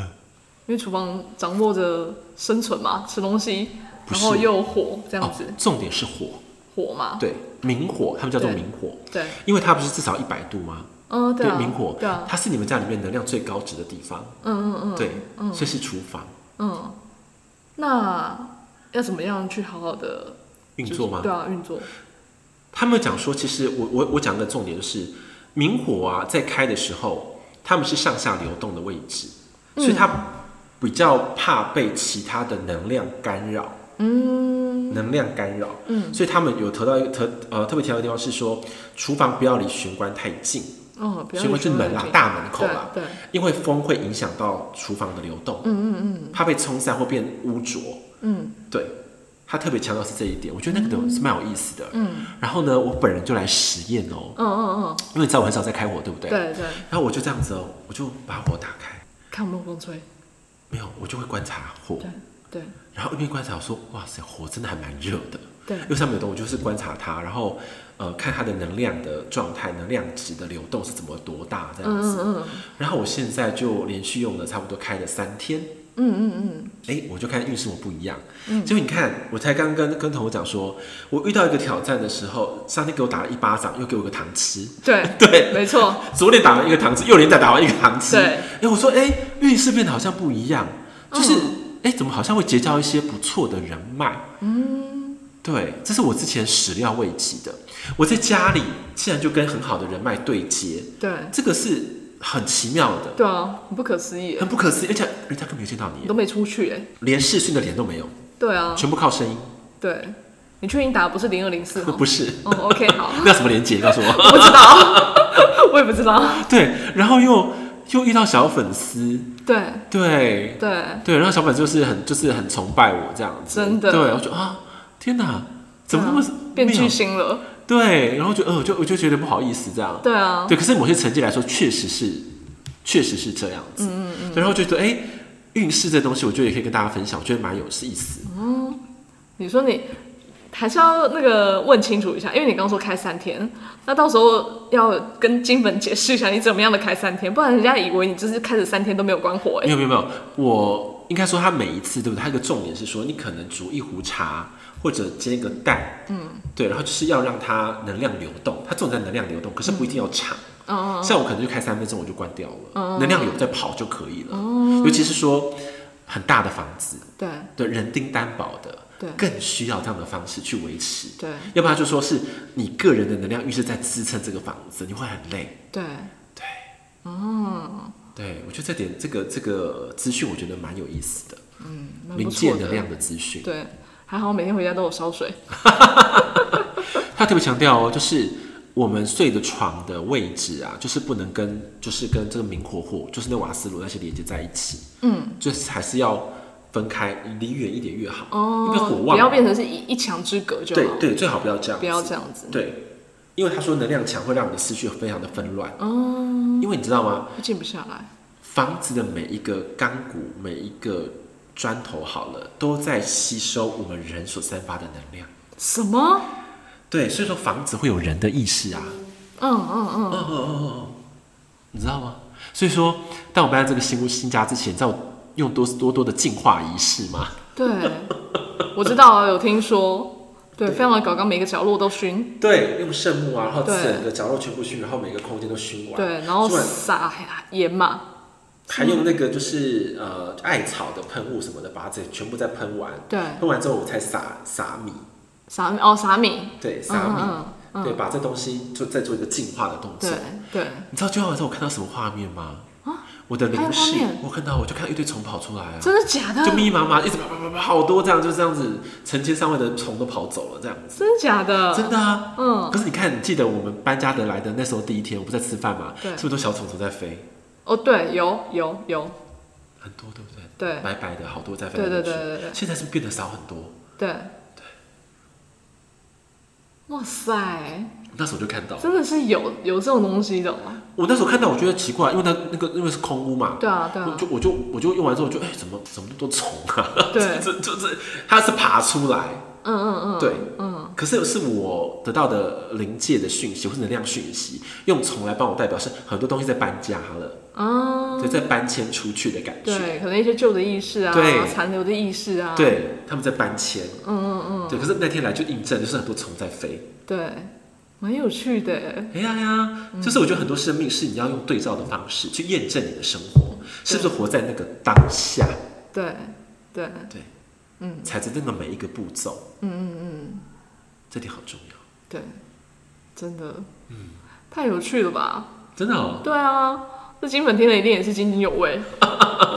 [SPEAKER 2] 因为厨房掌握着生存嘛，吃东西，
[SPEAKER 1] 不
[SPEAKER 2] 然
[SPEAKER 1] 是
[SPEAKER 2] 后又火这样子，
[SPEAKER 1] 哦，重点是火，
[SPEAKER 2] 火嘛，
[SPEAKER 1] 对，明火，他们叫做
[SPEAKER 2] 对
[SPEAKER 1] 明火，
[SPEAKER 2] 对，
[SPEAKER 1] 因为它不是至少一百度吗？
[SPEAKER 2] 嗯，对啊，
[SPEAKER 1] 明火，
[SPEAKER 2] 对啊，
[SPEAKER 1] 它是你们家里面能量最高值的地方，
[SPEAKER 2] 嗯嗯嗯，
[SPEAKER 1] 对，所以是厨房
[SPEAKER 2] 嗯，那要怎么样去好好的
[SPEAKER 1] 运作吗？
[SPEAKER 2] 对啊，运作，
[SPEAKER 1] 他们讲说，其实我我我讲的重点就是，明火啊在开的时候，他们是上下流动的位置，
[SPEAKER 2] 嗯
[SPEAKER 1] 所以它比较怕被其他的能量干扰，
[SPEAKER 2] 嗯
[SPEAKER 1] 能量干扰。
[SPEAKER 2] 嗯
[SPEAKER 1] 所以他们有得到一个特呃特别提到的地方是说，厨房不要离玄关太近，
[SPEAKER 2] 哦，不要
[SPEAKER 1] 玄关是门啦，大门口
[SPEAKER 2] 对
[SPEAKER 1] 啦，
[SPEAKER 2] 对，
[SPEAKER 1] 因为风会影响到厨房的流动，
[SPEAKER 2] 嗯嗯
[SPEAKER 1] 怕被冲散或变污浊。
[SPEAKER 2] 嗯
[SPEAKER 1] 对，他特别强调是这一点，我觉得那个是蛮有意思的。
[SPEAKER 2] 嗯
[SPEAKER 1] 然后呢，我本人就来实验哦、
[SPEAKER 2] 嗯嗯嗯嗯，
[SPEAKER 1] 因为你知道我很少在开火，对不对？。
[SPEAKER 2] 对对，
[SPEAKER 1] 然后我就这样子哦，我就把火打开，
[SPEAKER 2] 看有没有风吹，
[SPEAKER 1] 没有，我就会观察火，
[SPEAKER 2] 对对
[SPEAKER 1] 然后一边观察，我说哇塞，火真的还蛮热的。
[SPEAKER 2] 对
[SPEAKER 1] 因为上面有灯，我就是观察它，然后呃看它的能量的状态、能量值的流动是怎么多大这样
[SPEAKER 2] 嗯
[SPEAKER 1] 子。
[SPEAKER 2] 嗯
[SPEAKER 1] 然后我现在就连续用了差不多开了三天，
[SPEAKER 2] 嗯嗯嗯
[SPEAKER 1] 哎，我就看运势我不一样。
[SPEAKER 2] 嗯
[SPEAKER 1] 结果你看，我才刚跟跟同学讲说，我遇到一个挑战的时候，上天给我打了一巴掌，又给我个糖
[SPEAKER 2] [laughs]
[SPEAKER 1] 吃。
[SPEAKER 2] 嗯，对
[SPEAKER 1] 对，
[SPEAKER 2] 没错，
[SPEAKER 1] 左脸打完一个糖吃，右脸再打完一个糖吃。
[SPEAKER 2] 对
[SPEAKER 1] 哎、我说，哎、运势变得好像不一样，就是，哎、
[SPEAKER 2] 嗯
[SPEAKER 1] 怎么好像会结交一些不错的人脉？
[SPEAKER 2] 嗯
[SPEAKER 1] 对，这是我之前始料未及的。我在家里竟然就跟很好的人脉对接，
[SPEAKER 2] 对
[SPEAKER 1] 这个是很奇妙的，
[SPEAKER 2] 对啊，很不可思议耶，
[SPEAKER 1] 很不可思议，而且人家根本没见到
[SPEAKER 2] 你
[SPEAKER 1] 你，
[SPEAKER 2] 都没出去哎，
[SPEAKER 1] 连视讯的脸都没有，
[SPEAKER 2] 对啊，
[SPEAKER 1] 全部靠声音。
[SPEAKER 2] 对，你确定打的不是零二
[SPEAKER 1] [laughs]
[SPEAKER 2] 零四吗？
[SPEAKER 1] 不是，
[SPEAKER 2] 哦，OK，好， [laughs]
[SPEAKER 1] 那什么连接？告诉我。
[SPEAKER 2] 我 [laughs] 不知道，我也不知道，
[SPEAKER 1] 对，然后又又遇到小粉丝，
[SPEAKER 2] 对
[SPEAKER 1] 对，
[SPEAKER 2] 对，
[SPEAKER 1] 对，然后小粉就是很就是很崇拜我这样子，
[SPEAKER 2] 真的啊
[SPEAKER 1] 对，我就啊，天哪，怎么那么
[SPEAKER 2] 变
[SPEAKER 1] 妙
[SPEAKER 2] 巨星了，
[SPEAKER 1] 对，然后就呃，我就我就觉得不好意思这样，
[SPEAKER 2] 对啊，
[SPEAKER 1] 对，可是某些成绩来说，确实是确实是这样子，嗯嗯然后就觉得哎，运势这东西，我觉得也可以跟大家分享，我觉得蛮有意思，
[SPEAKER 2] 你说你还是要那个问清楚一下，因为你刚说开三天，那到时候要跟金粉解释一下你怎么样的开三天，不然人家以为你就是开始三天都没有关火哎、
[SPEAKER 1] 没有没有没有，我。应该说它每一次对不对？它一个重点是说，你可能煮一壶茶或者煎一个蛋，嗯，对，然后就是要让它能量流动，它重点在能量流动，可是不一定要长。
[SPEAKER 2] 嗯
[SPEAKER 1] 像我可能就开三分钟我就关掉了，能量有在跑就可以了。
[SPEAKER 2] 嗯
[SPEAKER 1] 尤其是说很大的房子，
[SPEAKER 2] 对
[SPEAKER 1] 对人丁担保的，
[SPEAKER 2] 对
[SPEAKER 1] 更需要这样的方式去维持。
[SPEAKER 2] 对
[SPEAKER 1] 要不然就说是你个人的能量预设在支撑这个房子，你会很累。
[SPEAKER 2] 对，
[SPEAKER 1] 对，哦，对，我觉得这点这个这个资讯我觉得蛮有意思的，
[SPEAKER 2] 蛮
[SPEAKER 1] 临
[SPEAKER 2] 不
[SPEAKER 1] 界
[SPEAKER 2] 错
[SPEAKER 1] 能
[SPEAKER 2] 的。
[SPEAKER 1] 量的资讯。
[SPEAKER 2] 对，还好每天回家都有烧水。
[SPEAKER 1] 他特别强调哦，就是我们睡的床的位置啊，就是不能跟就是跟这个明火火，就是那瓦斯炉那些连接在一起。嗯，就是还是要分开，离远一点越好。
[SPEAKER 2] 哦
[SPEAKER 1] 因为火，旺啊
[SPEAKER 2] 不要变成是一一墙之隔就
[SPEAKER 1] 对
[SPEAKER 2] 好，
[SPEAKER 1] 对，最好不要这样子。
[SPEAKER 2] 不要这样子。
[SPEAKER 1] 对，因为他说能量强会让我们的思绪非常的纷乱，
[SPEAKER 2] 哦，
[SPEAKER 1] 因为你知道吗？
[SPEAKER 2] 静不下来。
[SPEAKER 1] 房子的每一个钢骨、每一个砖头，好了，都在吸收我们人所散发的能量。
[SPEAKER 2] 什么？
[SPEAKER 1] 对，所以说房子会有人的意识啊，
[SPEAKER 2] 嗯嗯嗯，
[SPEAKER 1] 你知道吗？所以说，当我搬到这个新屋新家之前，你知道我用多多多的净化仪式吗？
[SPEAKER 2] 对，我知道啊，有听说，对，非常的搞刚每个角落都熏，
[SPEAKER 1] 对，用圣木啊，然后
[SPEAKER 2] 对
[SPEAKER 1] 整个角落全部熏，然后每个空间都熏完。
[SPEAKER 2] 对，然后
[SPEAKER 1] 做完
[SPEAKER 2] 撒盐嘛，
[SPEAKER 1] 还用那个就是呃艾草的喷雾什么的，把它整全部再喷完。
[SPEAKER 2] 对，
[SPEAKER 1] 喷完之后，我才撒撒米，
[SPEAKER 2] 撒米哦撒米，
[SPEAKER 1] 对，
[SPEAKER 2] 嗯
[SPEAKER 1] 撒米，
[SPEAKER 2] 嗯嗯，
[SPEAKER 1] 对，把这东西就再做一个净化的动作
[SPEAKER 2] 对。对，
[SPEAKER 1] 你知道今天晚上我看到什么画面吗？我的
[SPEAKER 2] 啊还有
[SPEAKER 1] 邻
[SPEAKER 2] 画
[SPEAKER 1] 室
[SPEAKER 2] 面，
[SPEAKER 1] 我看到我就看到一堆虫跑出来啊，
[SPEAKER 2] 真的假的
[SPEAKER 1] 就？密密麻麻一直啪啪啪啪好多这样，就这样子，成千上万的虫都跑走了这样子，
[SPEAKER 2] 真的假的？
[SPEAKER 1] 真的啊。
[SPEAKER 2] 嗯，
[SPEAKER 1] 可是你看，你记得我们搬家得来的那时候第一天，我不是在吃饭嘛，是
[SPEAKER 2] 对
[SPEAKER 1] 不是都小虫虫在飞？
[SPEAKER 2] 哦对，有有有，
[SPEAKER 1] 很多对不对？
[SPEAKER 2] 对
[SPEAKER 1] 白白的好多在飞来
[SPEAKER 2] 对对
[SPEAKER 1] 飞去。
[SPEAKER 2] 对对对
[SPEAKER 1] 现在是不是变得少很多。
[SPEAKER 2] 对。哇塞，
[SPEAKER 1] 那时候就看到，
[SPEAKER 2] 真的是有有这种东西的哦！
[SPEAKER 1] 我那时候看到，我觉得奇怪，因为它那个因为是空屋嘛，
[SPEAKER 2] 对啊，对
[SPEAKER 1] 我
[SPEAKER 2] 啊，
[SPEAKER 1] 就我就我就用完之后我就哎、怎么怎么那么多虫啊？ [laughs]
[SPEAKER 2] 对
[SPEAKER 1] 这这这它是爬出来，
[SPEAKER 2] 嗯嗯嗯，
[SPEAKER 1] 对，
[SPEAKER 2] 嗯，
[SPEAKER 1] 可是是我得到的灵界的讯息或是能量讯息，用虫来帮我代表是很多东西在搬家了，
[SPEAKER 2] 啊，
[SPEAKER 1] 对，在搬迁出去的感觉，
[SPEAKER 2] 对，可能一些旧的意识啊，
[SPEAKER 1] 对
[SPEAKER 2] 残留的意识啊，
[SPEAKER 1] 对，他们在搬迁，
[SPEAKER 2] 嗯，嗯
[SPEAKER 1] 对，可是那天来就印证，就是很多虫在飞，
[SPEAKER 2] 嗯，对，蛮有趣的耶，
[SPEAKER 1] 哎呀呀，就是我觉得很多生命是你要用对照的方式去验证你的生活，
[SPEAKER 2] 嗯
[SPEAKER 1] 是不是活在那个当下，
[SPEAKER 2] 对对，
[SPEAKER 1] 对，
[SPEAKER 2] 嗯，
[SPEAKER 1] 踩着那个每一个步骤，嗯嗯嗯，这点好重要，
[SPEAKER 2] 对，真的，嗯，太有趣了吧？
[SPEAKER 1] 真的哦，
[SPEAKER 2] 对啊，这金粉听了一定也是津津有味，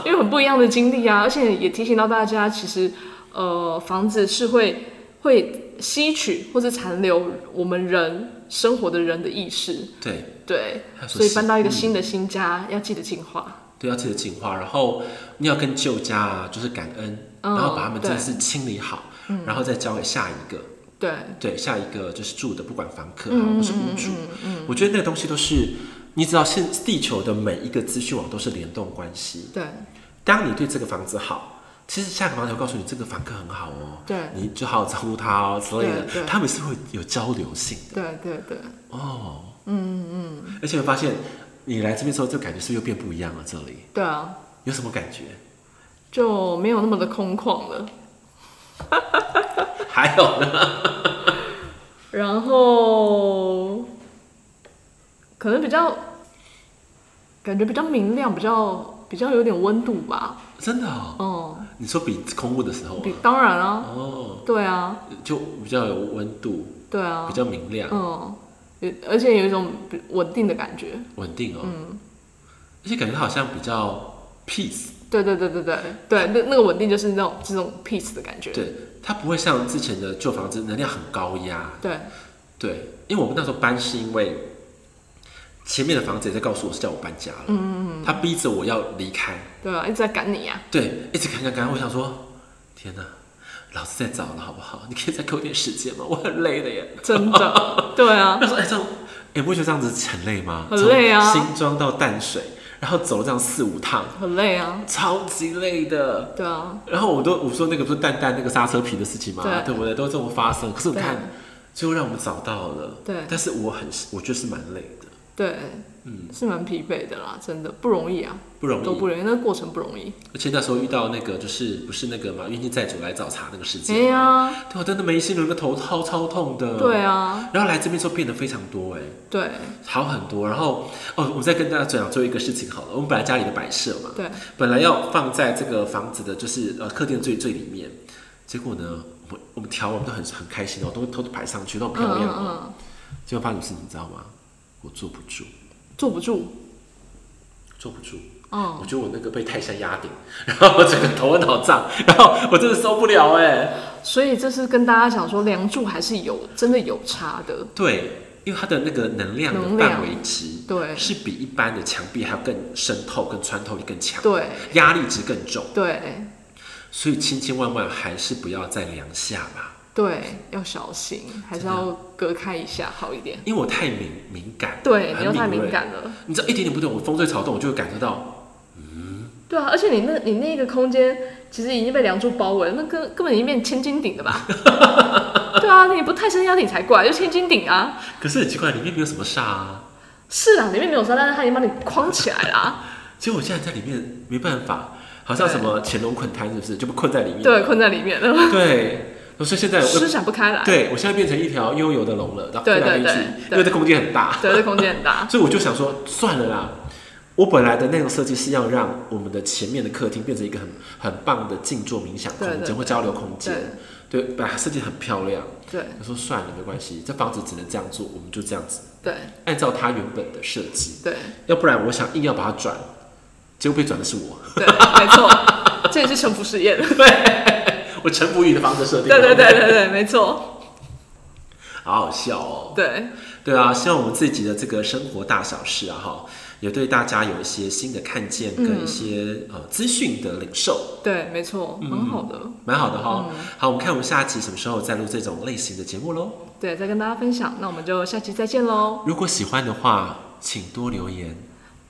[SPEAKER 2] 因为很不一样的经历啊，而且也提醒到大家，其实呃，房子是会会吸取或是残留我们人生活的人的意识，
[SPEAKER 1] 对，
[SPEAKER 2] 对，
[SPEAKER 1] 他说
[SPEAKER 2] 所以搬到一个
[SPEAKER 1] 是
[SPEAKER 2] 新的新家，要记得进化，
[SPEAKER 1] 对，要记得净化，然后你要跟旧家啊，就是感恩，
[SPEAKER 2] 嗯
[SPEAKER 1] 然后把他们真的
[SPEAKER 2] 对
[SPEAKER 1] 是清理好，然后再交给下一个，
[SPEAKER 2] 对，
[SPEAKER 1] 对，下一个就是住的，不管房客啊、
[SPEAKER 2] 嗯
[SPEAKER 1] 或
[SPEAKER 2] 嗯
[SPEAKER 1] 是屋
[SPEAKER 2] 嗯
[SPEAKER 1] 主，
[SPEAKER 2] 嗯嗯，
[SPEAKER 1] 我觉得那个东西都是，你只要是地球的每一个资讯网都是联动关系。
[SPEAKER 2] 对
[SPEAKER 1] 当你对这个房子好，其实下个房子会告诉你这个房客很好哦，
[SPEAKER 2] 对
[SPEAKER 1] 你就好好照顾他哦之类
[SPEAKER 2] 对
[SPEAKER 1] 的，
[SPEAKER 2] 对
[SPEAKER 1] 他们是会有交流性
[SPEAKER 2] 对对对。
[SPEAKER 1] 哦。嗯嗯，而且会发现你来这边之后，这感觉是不是又变不一样了？这里
[SPEAKER 2] 对啊，
[SPEAKER 1] 有什么感觉？
[SPEAKER 2] 就没有那么的空旷了。
[SPEAKER 1] 还有
[SPEAKER 2] [laughs]
[SPEAKER 1] 呢？
[SPEAKER 2] 然后可能比较感觉比较明亮，比较比较有点温度吧。
[SPEAKER 1] 真的哦，
[SPEAKER 2] 哦、
[SPEAKER 1] 你说比空屋的时候、
[SPEAKER 2] 比
[SPEAKER 1] 啊，
[SPEAKER 2] 当然啊，
[SPEAKER 1] 哦，
[SPEAKER 2] 对啊，
[SPEAKER 1] 就比较有温度，
[SPEAKER 2] 对啊
[SPEAKER 1] 比，较明亮，
[SPEAKER 2] 嗯，也而且有一种比稳定的感觉。
[SPEAKER 1] 稳定哦。而且感觉它好像比较 peace，
[SPEAKER 2] 对对对对对对，那那个稳定就是那种这种 peace 的感觉。
[SPEAKER 1] 对，它不会像之前的旧房子能量很高压，
[SPEAKER 2] 对
[SPEAKER 1] 对，因为我们那时候搬是因为前面的房子也在告诉我是叫我搬家了，嗯嗯嗯，他逼着我要离开，
[SPEAKER 2] 对啊，一直在赶你啊。
[SPEAKER 1] 对，一直赶赶赶，我想说，天哪，老子在找了好不好？你可以再给我点时间吗？我很累的耶。
[SPEAKER 2] 真的，对啊，
[SPEAKER 1] 他说：“哎、这样，哎、不会觉得这样子很累吗？
[SPEAKER 2] 很累啊
[SPEAKER 1] 从新庄到淡水，然后走了这样四五趟，
[SPEAKER 2] 很累啊，
[SPEAKER 1] 超级累的。
[SPEAKER 2] 对啊，
[SPEAKER 1] 然后我都我说那个不是蛋蛋那个刹车皮的事情嘛，
[SPEAKER 2] 对
[SPEAKER 1] 不对？都这么发生。可是我
[SPEAKER 2] 对
[SPEAKER 1] 看，最后让我们找到了，
[SPEAKER 2] 对
[SPEAKER 1] 但是我很，我觉得是蛮累的。
[SPEAKER 2] 对，嗯，是蛮疲惫的啦，真的不容易啊，
[SPEAKER 1] 不容
[SPEAKER 2] 都
[SPEAKER 1] 易。
[SPEAKER 2] 不容易，那个过程不容易。
[SPEAKER 1] 而且那时候遇到那个就是不是那个嘛，冤亲债主来找茬那个事
[SPEAKER 2] 哎
[SPEAKER 1] 件，
[SPEAKER 2] 呀，
[SPEAKER 1] 对我真的没心轮个头超超痛的。
[SPEAKER 2] 对。啊，
[SPEAKER 1] 然后来这边之后变得非常多哎、
[SPEAKER 2] 对
[SPEAKER 1] 好很多。然后哦，我再跟大家讲最后一个事情好了，我们本来家里的摆设嘛，
[SPEAKER 2] 对，
[SPEAKER 1] 本来要放在这个房子的，就是呃客厅的最最里面，结果呢，我们我们调完都很很开心哦，都偷偷摆上去，都很
[SPEAKER 2] 嗯
[SPEAKER 1] 漂亮
[SPEAKER 2] 嗯
[SPEAKER 1] 哦。
[SPEAKER 2] 嗯，
[SPEAKER 1] 结果发生什么事你知道吗？我坐不住，
[SPEAKER 2] 坐不住，
[SPEAKER 1] 坐不住。
[SPEAKER 2] 嗯，
[SPEAKER 1] 我觉得我那个被泰山压顶，然后我整个头昏脑胀，然后我真的受不了哎、
[SPEAKER 2] 所以这是跟大家讲说，梁祝还是有真的有差的，
[SPEAKER 1] [laughs] 对，因为它的那个能量的
[SPEAKER 2] 能量
[SPEAKER 1] 范围值
[SPEAKER 2] 对
[SPEAKER 1] 是比一般的墙壁还要更渗透、更穿透力更强，
[SPEAKER 2] 对
[SPEAKER 1] 压力值更重，
[SPEAKER 2] 对
[SPEAKER 1] 所以千千万万还是不要在梁下吧，
[SPEAKER 2] 对，要小心，还是要隔开一下好一点。
[SPEAKER 1] 因为我太敏敏感，
[SPEAKER 2] 对，你
[SPEAKER 1] 很
[SPEAKER 2] 又太
[SPEAKER 1] 锐
[SPEAKER 2] 敏，感了。
[SPEAKER 1] 你知道一点点不对，我风吹草动我就会感受到，
[SPEAKER 2] 对啊，而且你那你那个空间其实已经被梁柱包围了，那根根本已经变千斤顶
[SPEAKER 1] [laughs]
[SPEAKER 2] 了吧？对啊，你不泰山压顶才怪，就千斤顶啊！
[SPEAKER 1] 可是很奇怪，里面没有什么煞啊，
[SPEAKER 2] 是啊，里面没有山，但是它已经帮你框起来了、
[SPEAKER 1] [laughs]
[SPEAKER 2] 啊，
[SPEAKER 1] 结果我现在在里面没办法，好像什么潜龙困滩是不是就被困在里面？
[SPEAKER 2] 对，困在里面了，
[SPEAKER 1] 对，所以现在我
[SPEAKER 2] 施展不开来。
[SPEAKER 1] 对我现在变成一条悠游的龙了，然后飞
[SPEAKER 2] 对
[SPEAKER 1] 来
[SPEAKER 2] 对
[SPEAKER 1] 飞去
[SPEAKER 2] 对，
[SPEAKER 1] 因
[SPEAKER 2] 对
[SPEAKER 1] 为这空间很大，
[SPEAKER 2] 对，这空间很大。
[SPEAKER 1] 所以我就想说算了啦。我本来的那种设计是要让我们的前面的客厅变成一个很很棒的静坐冥想空
[SPEAKER 2] 对对
[SPEAKER 1] 间
[SPEAKER 2] 对
[SPEAKER 1] 或交流空间
[SPEAKER 2] 对，
[SPEAKER 1] [laughs] 对，本来设计很漂亮。
[SPEAKER 2] 对
[SPEAKER 1] 他说算了，没关系，这房子只能这样做，我们就这样子，
[SPEAKER 2] 对
[SPEAKER 1] 按照它原本的设计，
[SPEAKER 2] 对
[SPEAKER 1] 要不然我想硬要把它转，结果被转的是我，
[SPEAKER 2] 对，没错，这也是城府实验。
[SPEAKER 1] 我陈不宇的房子设定，
[SPEAKER 2] 对对对，对对，没错，
[SPEAKER 1] 好好笑哦。
[SPEAKER 2] 对
[SPEAKER 1] 对啊，希望我们自己的这个生活大小事啊，哈，也对大家有一些新的看见
[SPEAKER 2] 嗯
[SPEAKER 1] 跟一些、呃资讯的领受，
[SPEAKER 2] 对，没错，蛮好的。
[SPEAKER 1] 蛮好的哈、
[SPEAKER 2] 嗯
[SPEAKER 1] 好，我们看我们下期什么时候再录这种类型的节目喽。
[SPEAKER 2] 对，再跟大家分享，那我们就下期再见喽。
[SPEAKER 1] 如果喜欢的话，请多留言。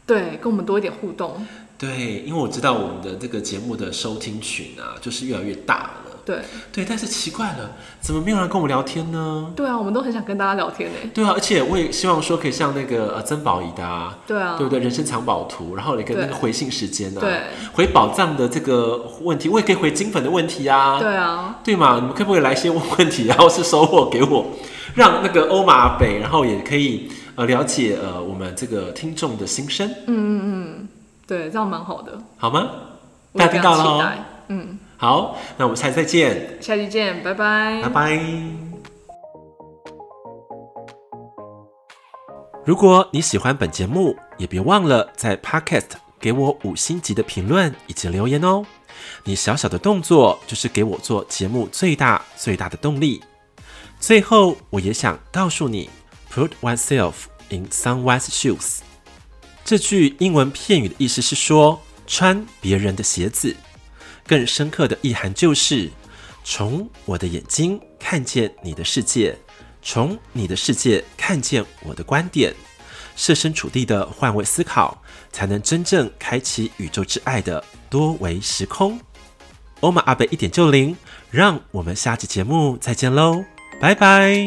[SPEAKER 2] 对，跟我们多一点互动。
[SPEAKER 1] 对，因为我知道我们的这个节目的收听群啊，就是越来越大了。
[SPEAKER 2] 对
[SPEAKER 1] 对，但是奇怪了，怎么没有人跟我聊天呢？
[SPEAKER 2] 对啊，我们都很想跟大家聊天呢。
[SPEAKER 1] 对啊，而且我也希望说可以像那个呃曾宝仪的啊，
[SPEAKER 2] 对啊，
[SPEAKER 1] 对不对？人生藏宝图，然后你跟那个
[SPEAKER 2] 对
[SPEAKER 1] 回信时间啊，
[SPEAKER 2] 对，
[SPEAKER 1] 回宝藏的这个问题，我也可以回金粉的问题啊，
[SPEAKER 2] 对啊，
[SPEAKER 1] 对嘛？你们可不可以来先问问题，然后是收获给我，让那个欧马北，然后也可以呃了解呃我们这个听众的心声，
[SPEAKER 2] 对，这样蛮好的。
[SPEAKER 1] 好吗？
[SPEAKER 2] 嗯我
[SPEAKER 1] 大
[SPEAKER 2] 也
[SPEAKER 1] 家
[SPEAKER 2] 非
[SPEAKER 1] 听到
[SPEAKER 2] 常
[SPEAKER 1] 了
[SPEAKER 2] 期
[SPEAKER 1] 哦，
[SPEAKER 2] 待。嗯，
[SPEAKER 1] 好，那我们下次再见，
[SPEAKER 2] 下期见，拜拜
[SPEAKER 1] 拜拜。如果你喜欢本节目，也别忘了在 Podcast 给我五星级的评论以及留言哦。你小小的动作就是给我做节目最大最大的动力。最后，我也想告诉你，Put oneself in someone's shoes。这句英文片语的意思是说穿别人的鞋子，更深刻的意涵就是从我的眼睛看见你的世界，从你的世界看见我的观点，设身处地的换位思考，才能真正开启宇宙之爱的多维时空。欧玛阿贝一点就灵，让我们下期节目再见喽，拜拜。